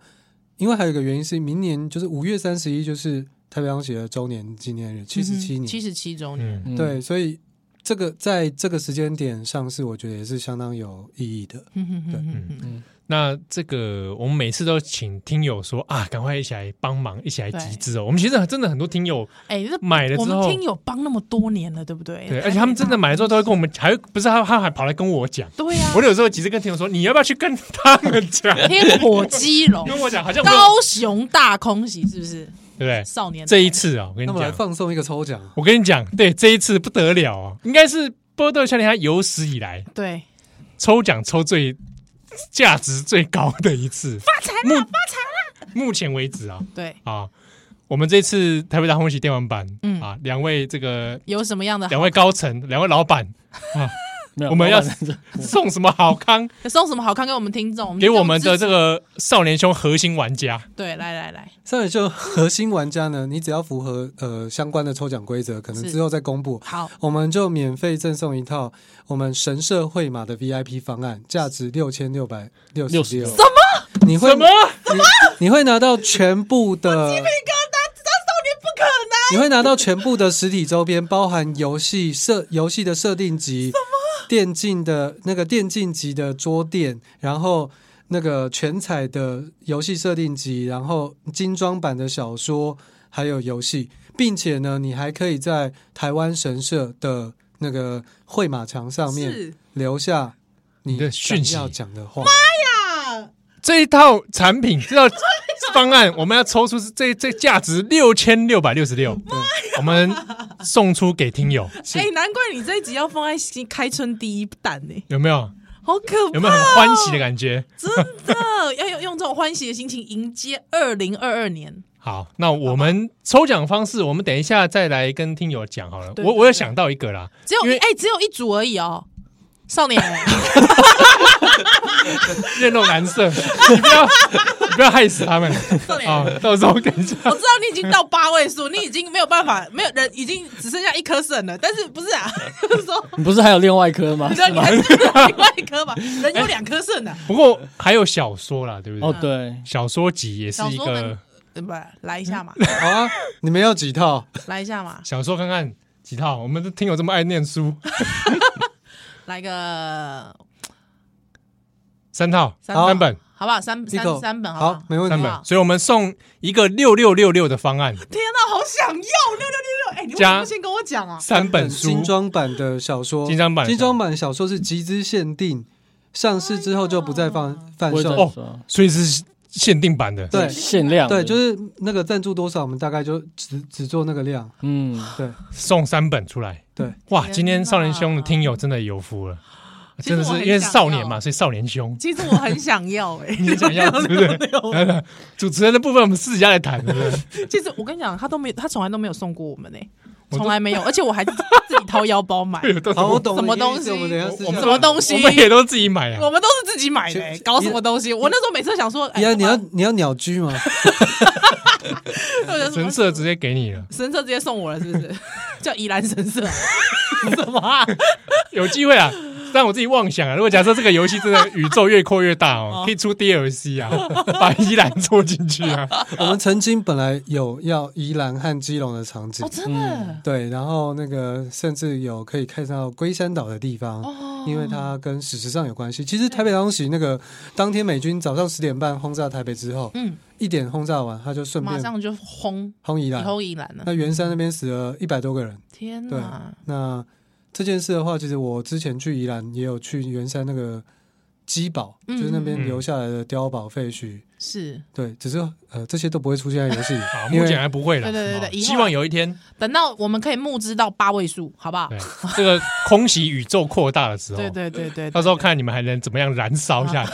因为还有一个原因是，明年就是五月三十一，就是台北钢协的周年纪念日，七十七年。
嗯七十七周年，
嗯，
嗯
对，所以这个在这个时间点上市，我觉得也是相当有意义的。
嗯哼哼哼哼
嗯
那这个我们每次都请听友说啊，赶快一起来帮忙，一起来
对
集资哦。我们其实真的很多听友
哎，这
买了
我
之
们
后，
听友帮那么多年了，对不对？
对，而且他们真的买了之后都会跟我们，还会不是他他还跑来跟我讲。
对啊呀
我，有时候其实跟听友说，你要不要去跟他们 讲？
天火鸡 笼，
跟我讲，好像我
高雄大空袭是不是？
对不对？
少年
这一次啊，我跟
那
你
我们来
讲，
放送一个抽奖，
我跟你讲，对这一次不得了啊，应该是波豆夏天他有史以来
对
抽奖抽最价值最高的一次，发财了，发财了！目前为止啊
对，
啊，我们这次台北大红喜电玩版，
嗯
啊，两位这个
有什么样的
两位高层，两位老板
没有，
我们要
老板
送什么好康
送什么好看给我们听众？听
给
众
我们
支持
的这个少年兄核心玩家？
对，来来来，
上面就核心玩家呢，你只要符合呃相关的抽奖规则，可能
是
之后再公布，
好，
我们就免费赠送一套我们神社会马的 VIP 方案，价值六千六百六十
66
六。什么？你会
什么？
你？你会拿到全部的？你会拿到全部的实体周边，包含游戏设游戏的设定集，电竞的那个电竞级的桌垫，然后那个全彩的游戏设定集，然后精装版的小说，还有游戏，并且呢，你还可以在台湾神社的那个会马墙上面
是
留下你
你的
想
讯息
要讲的话。
啊，
这一套产品，这 套方案，我们要抽出是这这价值六千六百六十六，我们送出给听友，
哎，难怪你这一集要放在新开春第一弹呢，
有没有？
好可怕，哦
有没有很欢喜的 感觉？
真的要用用这种欢喜的心情迎接二零二二年。
好，那我们抽奖方式，我们等一下再来跟听友讲好了。
对
我
对
我有
对
想到一个啦，
只有
因为
一哎、只有一组而已哦，少年，
面露难色， 你不要你不要害死他们
少年。
啊！到时候等一下，
我知道你已经到八位数，你已经没有办法，没有人已经只剩下一颗肾了。但是不是啊？ 就是说，
你不是还有另外一颗吗
你？知
啊
道你还是另外一颗吧？人
哎
有两颗肾呢，
不过还有小说啦，对不对？
哦，对，
小说集也是
小
一
说能
个
呃不来一 下嘛，
好啊，你们要几套？
来一下嘛，
小说，看看几套。我们的听友这么爱念书，
来个
三套
三
好
三本。
好不好？三
一口
三三本好不
好
好，？
没问
三
题
本
哇，
所以我们送一个六六六六的方案，
天哪，好想要六六六六！哎，你为什
加
么不先跟我讲啊？
三本书
嗯精，装版的小说，
精装版的
精装版小说是集资限定，上市之后就不再贩贩
我也这
售。
么
哦
说，
所以是限定版的。
对
限量的，
对，就是那个赞助多少，我们大概就只只做那个 量。
嗯，
对，
送三本出来。
对，
哇，
天
今天少年
哪
兄的听友真的有福了，
其实
真的
我
是
很
因为是少年
想
嘛，
要
所以少 年兄。
其实我很想要哎、
你想要是不是？来来主持人的部分我们私底下来谈，对不对？
其实我跟你讲，他都没有，他从来都没有送过我们呢、欸
我都
从来没有，而且我还自 自己掏腰包买，
对都
好，哦我 懂了
什么东西
你的意思我们等一下私下
我们
什么东西
我们也都自己买啊
我。们都是自己买的、欸
其实
搞什么东西？我那时候每次想说，哎
你要你要
干嘛
你要鸟居 吗？
对什么
神社直接给你了，
神社直接 送我了，是不是？叫宜兰神社，
什么？有机会啊，让我自己妄想啊！如果假设这个游戏真的宇宙越扩越大 哦，可以出 DLC 啊， 把依兰做进去 啊。
我们曾经本来有要宜兰和基隆的场景
哦，，真的
对，然后那个甚至有可以看到龟山岛的地方，
哦，
因为它跟史实上有关系。其实台北当喜那个当天美军早上十点半轰炸台北之后，
嗯，
一点轰炸完，他就顺
马
便
上就轰
轰宜兰。
偷一篮了
那，圆山那边死了一百多个人。
天
对
哪！
那这件事的话，其实我之前去宜兰也有去圆山那个碉堡，
嗯
就是那边
嗯
留下来的碉堡废墟。
是
对，只是呃，这些都不会出现在游戏里
啊，，
因
目前
为
还不会啦。
对对对对
哦
以后啊
希望有一天，
等到我们可以募资到八位数，好不好
对？这个空袭宇宙扩大的时候，
对对对对，
到时候看你们还能怎么样燃烧下去。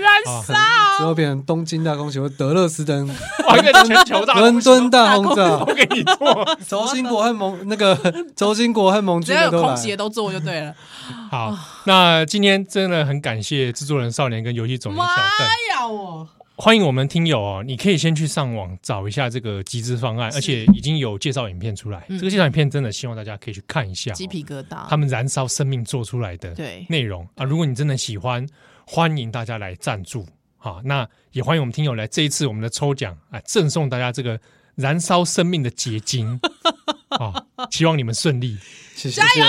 燃烧
之后变成东京大空袭或德勒 斯登、
哇，一个全球大
伦敦大轰炸
我，给你做
轴心国和盟那个 轴心国和盟
只
军
要有
的都
空
来。
袭的都做就对了。
好。那今天真的很感谢制作人少年跟游戏总监小邓。
呀，我
欢迎我们听友哦，你可以先去上网找一下这个集资方案，而且已经有介绍影片出来。
嗯
这个介绍影片真的希望大家可以去看一下哦、
鸡皮疙
他
瘩。
们燃烧生命做出来的
对，
内容啊。如果你真的喜欢，欢迎大家来赞助啊。那也欢迎我们听友来这一次我们的抽奖啊，赠送大家这个燃烧生命的结晶 啊，希望你们顺利。
谢谢，加油，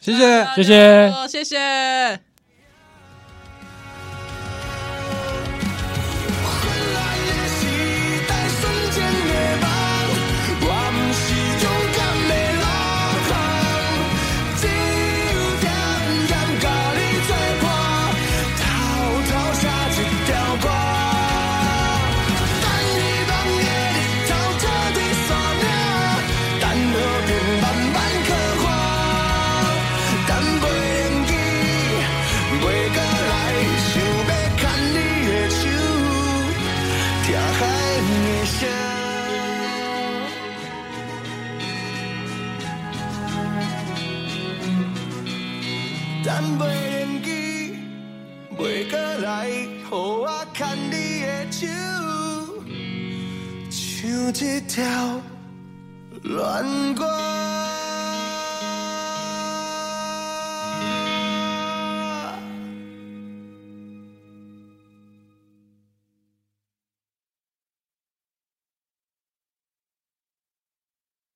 谢谢。
谢谢。
哦，谢谢。
昏乱的时代，瞬间灭亡。我不是勇敢的老汉，只有点点甲你作伴，偷偷写一条歌。等希望的日头照在山岭，等和平慢慢刻画，等袂用记。袂过来，想要牵你的手，听海的声。等袂用记，袂过来，予我牵你的手，像一条恋歌。